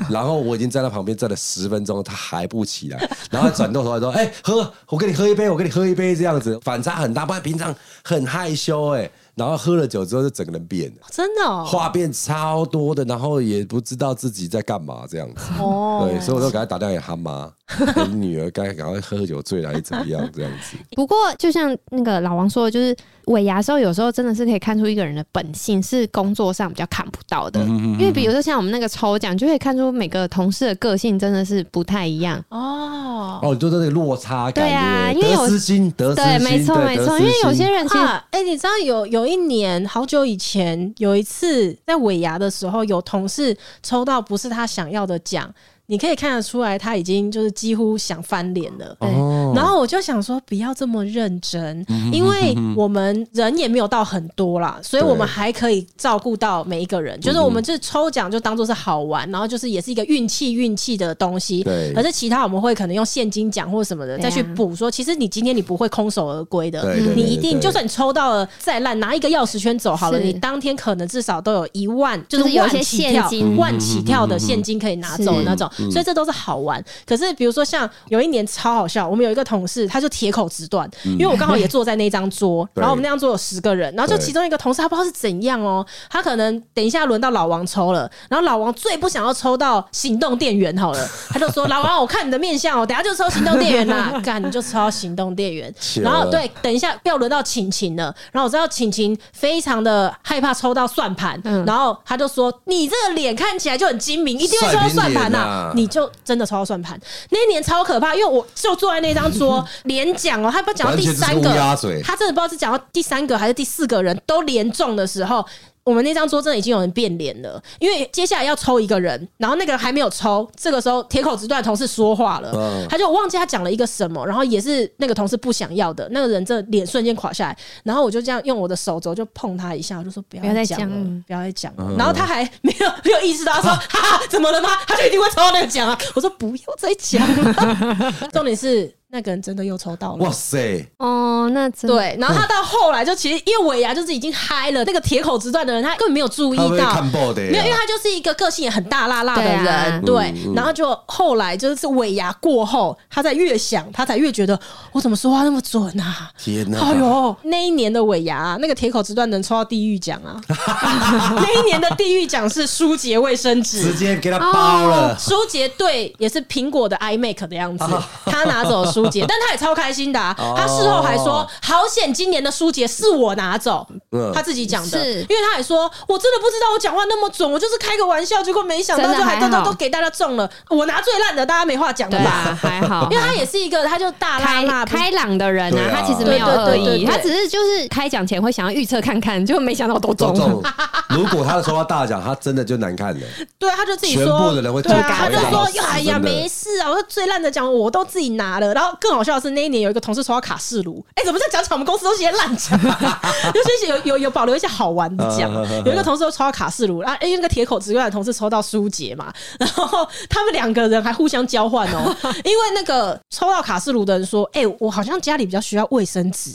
Speaker 1: 然后我已经站在旁边站了十分钟，他还不起来，然后他转过头来说：“哎、喝，我跟你喝一杯，我跟你喝一杯。”这样子反差很大，不然平常很害羞哎、然后喝了酒之后就整个人变了，
Speaker 3: 真的哦，
Speaker 1: 话变超多的，然后也不知道自己在干嘛这样子。
Speaker 3: 哦
Speaker 1: 对，所以我就赶快打电话给他妈， (laughs) 给女儿该赶快喝酒醉来怎么样这样子。
Speaker 2: 不过，就像那个老王说的，就是尾牙的时候，有时候真的是可以看出一个人的本性，是工作上比较看不到的。因为比如说像我们那个抽奖，就可以看出每个同事的个性真的是不太一样。
Speaker 3: (laughs) 哦，
Speaker 1: 哦，你就在那个落差感，
Speaker 2: 对啊
Speaker 1: 不
Speaker 2: 因为有
Speaker 1: 得失心，得失心，
Speaker 2: 对，没错
Speaker 1: 对
Speaker 2: 没
Speaker 1: 得
Speaker 2: 错，
Speaker 1: 失
Speaker 2: 因为有
Speaker 1: 心
Speaker 2: 些人其实
Speaker 3: 啊，哎、你知道有有一年好久以前，有一次在尾牙的时候，有同事抽到不是他想要的奖，你可以看得出来他已经就是几乎想翻脸了。
Speaker 2: 对
Speaker 1: 哦
Speaker 3: 然后我就想说，不要这么认真，因为我们人也没有到很多啦，所以我们还可以照顾到每一个人。就是我们这抽奖就当做是好玩，然后就是也是一个运气运气的东西。
Speaker 1: 对
Speaker 3: 可是其他我们会可能用现金奖或什么的
Speaker 2: 对啊
Speaker 3: 再去补，说其实你今天你不会空手而归的，
Speaker 1: 对对对
Speaker 3: 你一定
Speaker 1: 对
Speaker 3: 就算你抽到了再烂，拿一个钥匙圈走好了，
Speaker 2: 是
Speaker 3: 你当天可能至少都有一万，就
Speaker 2: 就是
Speaker 3: 是
Speaker 2: 有
Speaker 3: 万
Speaker 2: 一些
Speaker 3: 起跳
Speaker 2: 现金
Speaker 3: 万起跳的现金可以拿走
Speaker 2: 是
Speaker 3: 那
Speaker 1: 嗯
Speaker 3: 种，所以这都是好玩。可是比如说像有一年超好笑，我们有一个同事他就铁口直断，因为我刚好也坐在那张桌，
Speaker 1: 嗯 (laughs) 对
Speaker 3: 然后我们那张桌有十个人，然后就
Speaker 1: 对
Speaker 3: 其中一个同事他不知道是怎样哦，他可能等一下轮到老王抽了，然后老王最不想要抽到行动电源好了，他就说老王我看你的面相哦，等一下就抽行动电
Speaker 1: (laughs)
Speaker 3: 源啦，干你就抽到行动电源，
Speaker 1: 糗
Speaker 3: 然后
Speaker 1: 了
Speaker 3: 对，等一下要轮到晴晴了，然后我知道晴晴非常的害怕抽到算盘，
Speaker 2: 嗯
Speaker 3: 然后他就说你这个脸看起来就很精明，一定会抽到算
Speaker 1: 算
Speaker 3: 盘
Speaker 1: 平
Speaker 3: 呐、
Speaker 1: 脸啊
Speaker 3: 你就真的抽到算盘。那一年超可怕，因为我就坐在那张
Speaker 1: (laughs)
Speaker 3: 桌，连讲哦，他不知道讲到第三
Speaker 1: 完全
Speaker 3: 个
Speaker 1: 就是乌鸦嘴，
Speaker 3: 他真的不知道是讲到第三个还是第四个人都连中的时候。我们那张桌真的已经有人变脸了，因为接下来要抽一个人，然后那个还没有抽，这个时候铁口直断的同事说话了，
Speaker 1: 嗯
Speaker 3: 他就我忘记他讲了一个什么，然后也是那个同事不想要的，那个人真的脸瞬间垮下来，然后我就这样用我的手肘就碰他一下，我就说不
Speaker 2: 不要
Speaker 3: 要
Speaker 2: 再
Speaker 3: 再讲
Speaker 2: 讲
Speaker 3: 了
Speaker 2: 了，
Speaker 3: 不要再讲了
Speaker 1: 嗯，
Speaker 3: 然后他还没有没有意识到，他说哈哈怎么了吗？他就一定会抽到那个奖啊，我说不要再讲了， (laughs) 重点是那个人真的又抽到了，
Speaker 1: 哇塞，
Speaker 2: 哦，那真的
Speaker 3: 对，然后他到后来就其实因为尾牙就是已经嗨了，那个铁口直断的人他根本没有注意
Speaker 1: 他会
Speaker 3: 到。
Speaker 1: 看爆的啊呀，
Speaker 3: 没有，因为他就是一个个性也很大辣辣的人，
Speaker 2: 对啊
Speaker 3: 对
Speaker 1: 嗯嗯
Speaker 3: 然后就后来就是尾牙过后，他才越想，他才越觉得我怎么说话那么准啊！
Speaker 1: 天哪，
Speaker 3: 哎呦，那一年的尾牙、那个铁口直断能抽到地狱奖啊！ (laughs) 那一年的地狱奖是舒洁卫生纸
Speaker 1: 直，接给他包了，
Speaker 3: 哦舒洁对也是苹果的 iMac 的样子，他拿走舒
Speaker 1: (laughs)
Speaker 3: 洁，但他也超开心的、啊，
Speaker 1: 哦
Speaker 3: 他事后还说好险，今年的舒洁是我拿走，
Speaker 1: 嗯
Speaker 3: 他自己讲的，
Speaker 2: 是
Speaker 3: 因为他也说我真的不知道我讲话那么准，我就是开个玩笑，结果没想到
Speaker 2: 真的
Speaker 3: 就还都
Speaker 2: 还好
Speaker 3: 都都给大家中了，我拿最烂的，大家没话讲了
Speaker 2: 对啊，
Speaker 3: 吧？
Speaker 2: 还好 (laughs)
Speaker 3: 因。为他也是一个，他就大拉
Speaker 2: 开
Speaker 3: 拉不是
Speaker 2: 开朗的人
Speaker 1: 对
Speaker 2: 啊，
Speaker 1: 啊
Speaker 2: 他其实没有
Speaker 3: 对对
Speaker 2: 恶
Speaker 3: 对对
Speaker 2: 意，
Speaker 3: 对
Speaker 2: 他只是就是开奖前会想要预测看看，就没想到都中
Speaker 1: 都
Speaker 2: 了
Speaker 1: (laughs) 中。。如果他抽到大奖，他真的就难看了。
Speaker 3: 对， (laughs) 他就自己说，
Speaker 1: 全部的人会
Speaker 3: 对
Speaker 1: 吐
Speaker 3: 啊，
Speaker 1: 槽
Speaker 3: 他就
Speaker 1: 他老
Speaker 3: 说
Speaker 1: 师：“
Speaker 3: 哎
Speaker 1: 真
Speaker 3: 呀，
Speaker 1: 的
Speaker 3: 没事啊，我说最烂的奖我都自己拿了。”然后更好笑的是，那一年有一个同事抽到卡式炉，哎、怎么在讲起来我们公司都是些烂奖、啊， (laughs) 就是有有有保留一些好玩的
Speaker 1: (laughs)
Speaker 3: 奖啊。有一个同事抽到卡式炉，然后哎，那个铁口直断的同事抽到舒洁嘛，然后他们两个人还互相交换哦，因为那个抽到卡式炉的人说：“哎、我好像家里比较需要卫生纸。”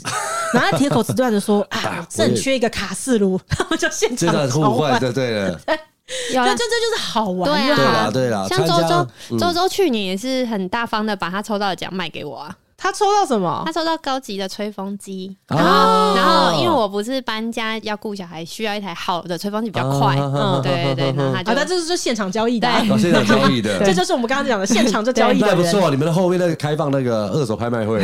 Speaker 3: 然后那铁口直断的说：“
Speaker 1: (laughs)
Speaker 3: 啊，我正缺一个卡式炉。”他们就现
Speaker 1: 这
Speaker 3: 场
Speaker 1: 段
Speaker 3: 交
Speaker 1: 互
Speaker 3: 换
Speaker 1: 换，。就对
Speaker 3: (laughs)
Speaker 1: 了。
Speaker 2: 有
Speaker 3: 对，
Speaker 2: 啦
Speaker 3: 这这就是好玩
Speaker 2: 对啊，
Speaker 1: 对啦对啦
Speaker 2: 像周
Speaker 1: 参加嗯
Speaker 2: 周周周去年也是很大方的，把他抽到的奖卖给我啊。
Speaker 3: 他抽到什么
Speaker 2: 他？抽到高级的吹风机，
Speaker 1: 哦
Speaker 2: 然后然后因为我不是搬家要顾小孩，需要一台好的吹风机比较快，
Speaker 1: 啊
Speaker 2: 嗯，对对对，然后
Speaker 3: 啊，
Speaker 2: 他
Speaker 3: 那
Speaker 2: 就
Speaker 3: 这就是现场交易的啊，
Speaker 2: 对
Speaker 1: 哦，现场交易
Speaker 3: (laughs)
Speaker 1: 的，
Speaker 3: 这就是我们刚刚讲的现场就交易
Speaker 1: 那
Speaker 3: 的
Speaker 1: 还不
Speaker 3: 人。
Speaker 1: 错。你们的后面那个开放那个二手拍卖会，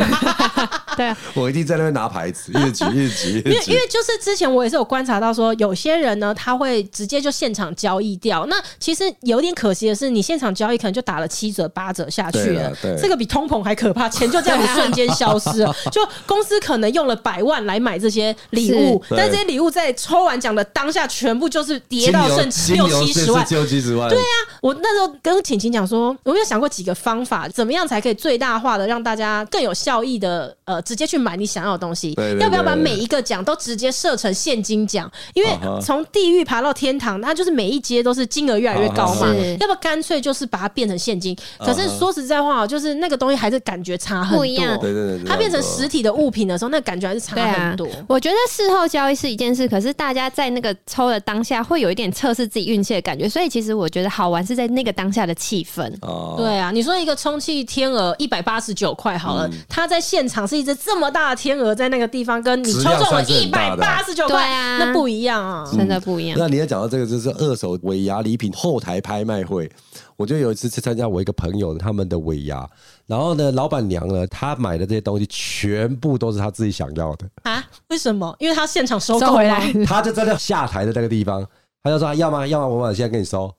Speaker 2: 对啊，
Speaker 1: 我一定在那边拿牌
Speaker 3: (laughs)
Speaker 1: 子，一直举，一直举，
Speaker 3: 因
Speaker 1: 一直
Speaker 3: 为因
Speaker 1: 举
Speaker 3: 为。就是之前我也是有观察到说，有些人呢他会直接就现场交易掉。那其实有点可惜的是，你现场交易可能就打了七折八折下去
Speaker 1: 对
Speaker 3: 了
Speaker 1: 啊对，
Speaker 3: 这个比通膨还可怕，钱就这样子瞬间消失
Speaker 1: (laughs)
Speaker 3: 了。就公司可能用了百万来买这些礼物，
Speaker 1: 是
Speaker 3: 但这些礼物在抽完奖的当下，全部就是跌到剩
Speaker 1: 金
Speaker 3: 六
Speaker 1: 牛
Speaker 3: 七十万，
Speaker 1: 金牛是六七十万，对啊，
Speaker 3: 我那时候跟晴晴讲说，有没有想过几个方法，怎么样才可以最大化的让大家更有效益的呃直接去买你想要的东西？
Speaker 1: 对对对
Speaker 3: 要不要把每一个奖都直接设成现金奖？因为
Speaker 1: 啊哈
Speaker 3: 从地狱爬到天堂，它就是每一阶都是金额越来越高嘛
Speaker 2: 啊哈是。
Speaker 3: 要不要干脆就是把它变成现金？
Speaker 1: 啊
Speaker 3: 可
Speaker 1: 哈
Speaker 3: 是说实在话哦，就是那个东西还是感觉差很
Speaker 2: 不
Speaker 3: 多。
Speaker 2: 一一样
Speaker 1: 对对对对，
Speaker 3: 它变成实
Speaker 1: 体
Speaker 3: 体的物品的时候，那感觉还是差
Speaker 2: 对啊
Speaker 3: 很多。，
Speaker 2: 我觉得事后交易是一件事，可是大家在那个抽的当下会有一点测试自己运气的感觉，所以其实我觉得好玩是在那个当下的气氛。
Speaker 1: 哦，
Speaker 3: 对啊，你说一个充气天鹅一百八十九块
Speaker 1: 嗯
Speaker 3: 好了，它在现场是一只这么大的天鹅，在那个地方跟你抽中
Speaker 1: 质量
Speaker 3: 了
Speaker 1: 算是
Speaker 3: 一
Speaker 1: 很
Speaker 3: 百
Speaker 1: 大的
Speaker 3: 八十九
Speaker 2: 对
Speaker 3: 块，
Speaker 2: 啊
Speaker 3: 那不一样啊。
Speaker 2: 真的不一样。
Speaker 1: 那你要讲到这个，就是二手尾牙礼品后台拍卖会。我就有一次去参加我一个朋友他们的尾牙，然后呢，老板娘呢，她买的这些东西全部都是她自己想要的，
Speaker 3: 啊？为什么？因为他现场收购
Speaker 2: 收回
Speaker 3: 吗
Speaker 2: 来，
Speaker 1: 她就站在下台的那个地方，她就说要吗？要吗？我把现在给你收，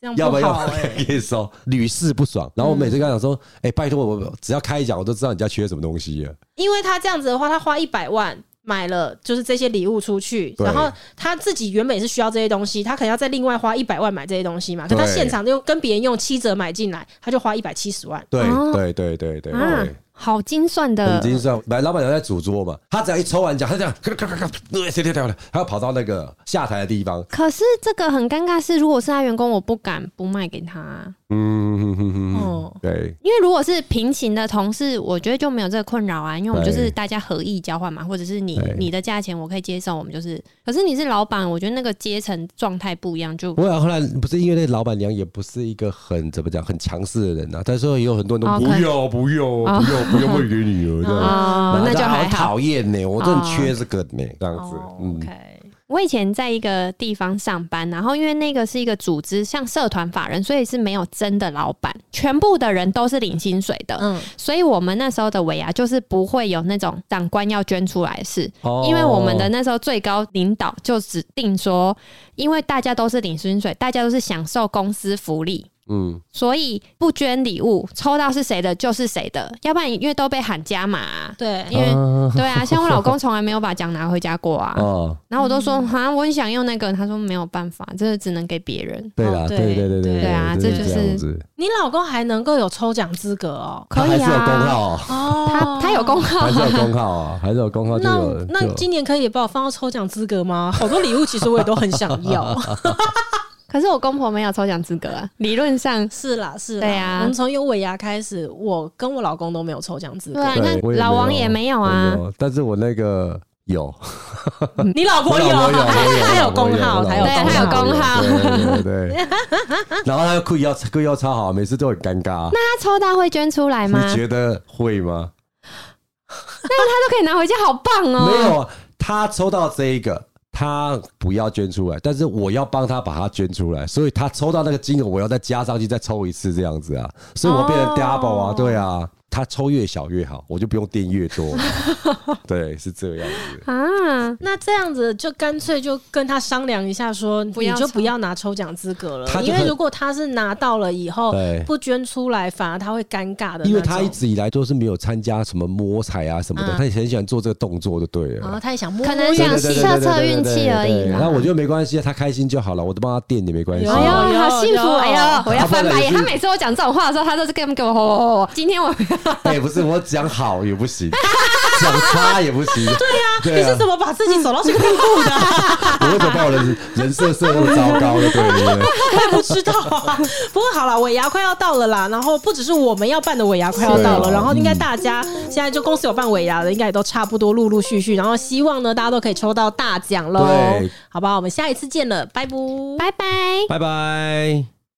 Speaker 3: 这样
Speaker 1: 要不
Speaker 3: 不
Speaker 1: 要
Speaker 3: 好哎、
Speaker 1: 给你收，屡试不爽。然后我每次跟她讲说，哎、拜托我，我只要开一讲，我都知道你家缺什么东西了。
Speaker 3: 因为他这样子的话，他花一百万。买了就是这些礼物出去，
Speaker 1: 对
Speaker 3: 然后他自己原本是需要这些东西，他可能要再另外花一百万买这些东西嘛。可他
Speaker 1: 对
Speaker 3: 现场就跟别人用七折买进来，他就花一百七十万。
Speaker 1: 对、
Speaker 2: 哦
Speaker 1: 对对对对对。
Speaker 2: 啊，好精算的
Speaker 1: 很，精算，本来老板娘在主桌嘛，她只要一抽完奖，她这样咔咔咔咔，对，跳跳跳，她要跑到那个下台的地方，
Speaker 2: 可是这个很尴尬是，如果是他员工，我不敢不卖给他、啊
Speaker 1: 嗯，哼哼哼
Speaker 3: 哦
Speaker 1: 哼对，
Speaker 2: 因为如果是平行的同事，我觉得就没有这个困扰啊，因为我们
Speaker 1: 对
Speaker 2: 就是大家合意交换嘛，或者是你
Speaker 1: 对
Speaker 2: 你的价钱我可以接受，我们就是。可是你是老板，我觉得那个阶层状态不一样，就
Speaker 1: 不过后来不是因为那老板娘也不是一个很怎么讲很强势的人呐、啊，但是也有很多人
Speaker 2: 哦
Speaker 1: 都
Speaker 2: 可
Speaker 1: 不要不要不要不要卖给你了，这样。
Speaker 2: 哦，那就
Speaker 1: 好
Speaker 2: 还好。
Speaker 1: 讨厌呢，我真的缺这个呢，这样子，
Speaker 2: 哦
Speaker 1: 嗯，
Speaker 3: OK，
Speaker 2: 我以前在一个地方上班，然后因为那个是一个组织，像社团法人，所以是没有真的老板，全部的人都是领薪水的。
Speaker 3: 嗯，
Speaker 2: 所以我们那时候的尾牙就是不会有那种长官要捐出来的事，因为我们
Speaker 1: 哦
Speaker 2: 的那时候最高领导就指定说，因为大家都是领薪水，大家都是享受公司福利。
Speaker 1: 嗯，
Speaker 2: 所以不捐礼物，抽到是谁的就是谁的，要不然因为都被喊加码啊、
Speaker 3: 对，
Speaker 2: (laughs) 因为、
Speaker 1: 啊
Speaker 2: 对啊，像我老公从来没有把奖拿回家过啊。
Speaker 1: 哦，
Speaker 2: 然后我都说
Speaker 3: 嗯
Speaker 2: 哈，我很想用那个，他说没有办法，这只能给别人。
Speaker 1: 对啦，
Speaker 3: 哦
Speaker 1: 对
Speaker 3: 对
Speaker 1: 对对对
Speaker 3: 对
Speaker 2: 啊
Speaker 1: 对
Speaker 2: 这就是
Speaker 1: 这样子，
Speaker 3: 你老公还能够有抽奖资格哦。
Speaker 1: 他
Speaker 2: 可
Speaker 1: 还
Speaker 2: 以
Speaker 1: 是有工
Speaker 2: 啊，
Speaker 1: 号，
Speaker 3: 哦
Speaker 2: 他他有功号
Speaker 1: 还
Speaker 2: 啊，
Speaker 1: 是有工号啊，还是有工号就
Speaker 3: 那
Speaker 1: 有，就
Speaker 3: 那
Speaker 1: 有
Speaker 3: 今年可以把我放到抽奖资格吗？好多礼物其实我也都很想
Speaker 1: (laughs)
Speaker 3: 要。
Speaker 2: 可是我公婆没有抽奖资格啊，理论上
Speaker 3: 是啦，是啦。
Speaker 2: 对啊
Speaker 3: 我们从有尾牙开始，我跟我老公都没有抽奖资格
Speaker 2: 对。啊，
Speaker 1: 对我
Speaker 2: 那
Speaker 1: 也
Speaker 2: 老
Speaker 1: 没
Speaker 2: 王
Speaker 1: 有
Speaker 2: 也没有
Speaker 1: 我
Speaker 2: 啊
Speaker 1: 没，有但是我那个
Speaker 2: (laughs)
Speaker 1: 有，
Speaker 3: 你老婆
Speaker 1: (laughs) 我
Speaker 3: 有，啊
Speaker 1: 老婆有，
Speaker 3: (laughs) 他有
Speaker 1: 我
Speaker 3: 工号，
Speaker 1: 我
Speaker 3: 他
Speaker 2: 对
Speaker 3: 工
Speaker 2: 他有工号
Speaker 1: 对对对。对
Speaker 2: (laughs)
Speaker 1: 然后他又故意要故意要超好，每次都很尴尬。
Speaker 2: 那他抽到会捐出来吗？
Speaker 1: 你
Speaker 2: 那
Speaker 1: 觉得会吗？
Speaker 2: 他都可以拿回家，好棒哦！
Speaker 1: 没有，啊，他抽到这一个，他不要捐出来，但是我要帮他把它捐出来，所以他抽到那个金额，我要再加上去，再抽一次这样子啊，所以我变成
Speaker 3: 哦
Speaker 1: double 啊，对啊。他抽越小越好，我就不用垫越多。
Speaker 2: (laughs)
Speaker 1: 对，是这样子。
Speaker 2: 啊，
Speaker 3: 那这样子就干脆就跟他商量一下说，
Speaker 2: 不要
Speaker 3: 你就
Speaker 2: 抽
Speaker 3: 不要拿抽奖资格
Speaker 1: 他
Speaker 3: 了，
Speaker 1: 就
Speaker 3: 因为
Speaker 1: 很
Speaker 3: 如果他是拿到了以后
Speaker 1: 对
Speaker 3: 不捐出来，反而他会尴尬的那种。
Speaker 1: 因为他一直以来都是没有参加什么摸彩啊什么的，
Speaker 3: 嗯
Speaker 1: 他也很喜欢做这个动作，就对了。
Speaker 3: 然哦后他也想摸
Speaker 2: 可
Speaker 3: 摸
Speaker 2: 能
Speaker 1: 对
Speaker 2: 哦
Speaker 1: 对
Speaker 2: 想
Speaker 3: 运
Speaker 1: 对对
Speaker 3: 气
Speaker 2: 测
Speaker 1: 对对
Speaker 2: 测
Speaker 1: 对
Speaker 2: 运
Speaker 1: 对
Speaker 2: 气
Speaker 1: 对
Speaker 2: 而
Speaker 1: 对
Speaker 2: 已啦
Speaker 1: 那我觉得没关系，他开心就好了，我都帮他垫也没关系。
Speaker 3: 有
Speaker 2: 哎
Speaker 3: 哦
Speaker 2: 呦，好幸福！
Speaker 3: 有
Speaker 2: 哎呦，我要翻
Speaker 1: 他
Speaker 2: 白眼。
Speaker 1: 本来也是
Speaker 2: 他每次我讲这种话的时候，他都是跟给我吼吼吼吼。今天我
Speaker 1: 哎、不是我讲好也不行， (laughs) 讲差也不行。对
Speaker 3: 啊你
Speaker 1: 呀、对啊
Speaker 3: 是怎么把自己走到这个地步的？
Speaker 1: 啊，我为什么把我的人人设设那么糟糕的？对不对？
Speaker 3: 我也不知道啊。不过好了，尾牙快要到了啦，然后不只是我们要办的尾牙快要到了，
Speaker 1: 是啊
Speaker 3: 然后应该大家现在就公司有办尾牙的，应该也都差不多陆陆续续，然后希望呢大家都可以抽到大奖喽
Speaker 1: 对，
Speaker 3: 好不好？我们下一次见了，拜拜。
Speaker 2: 拜拜。
Speaker 1: 拜拜。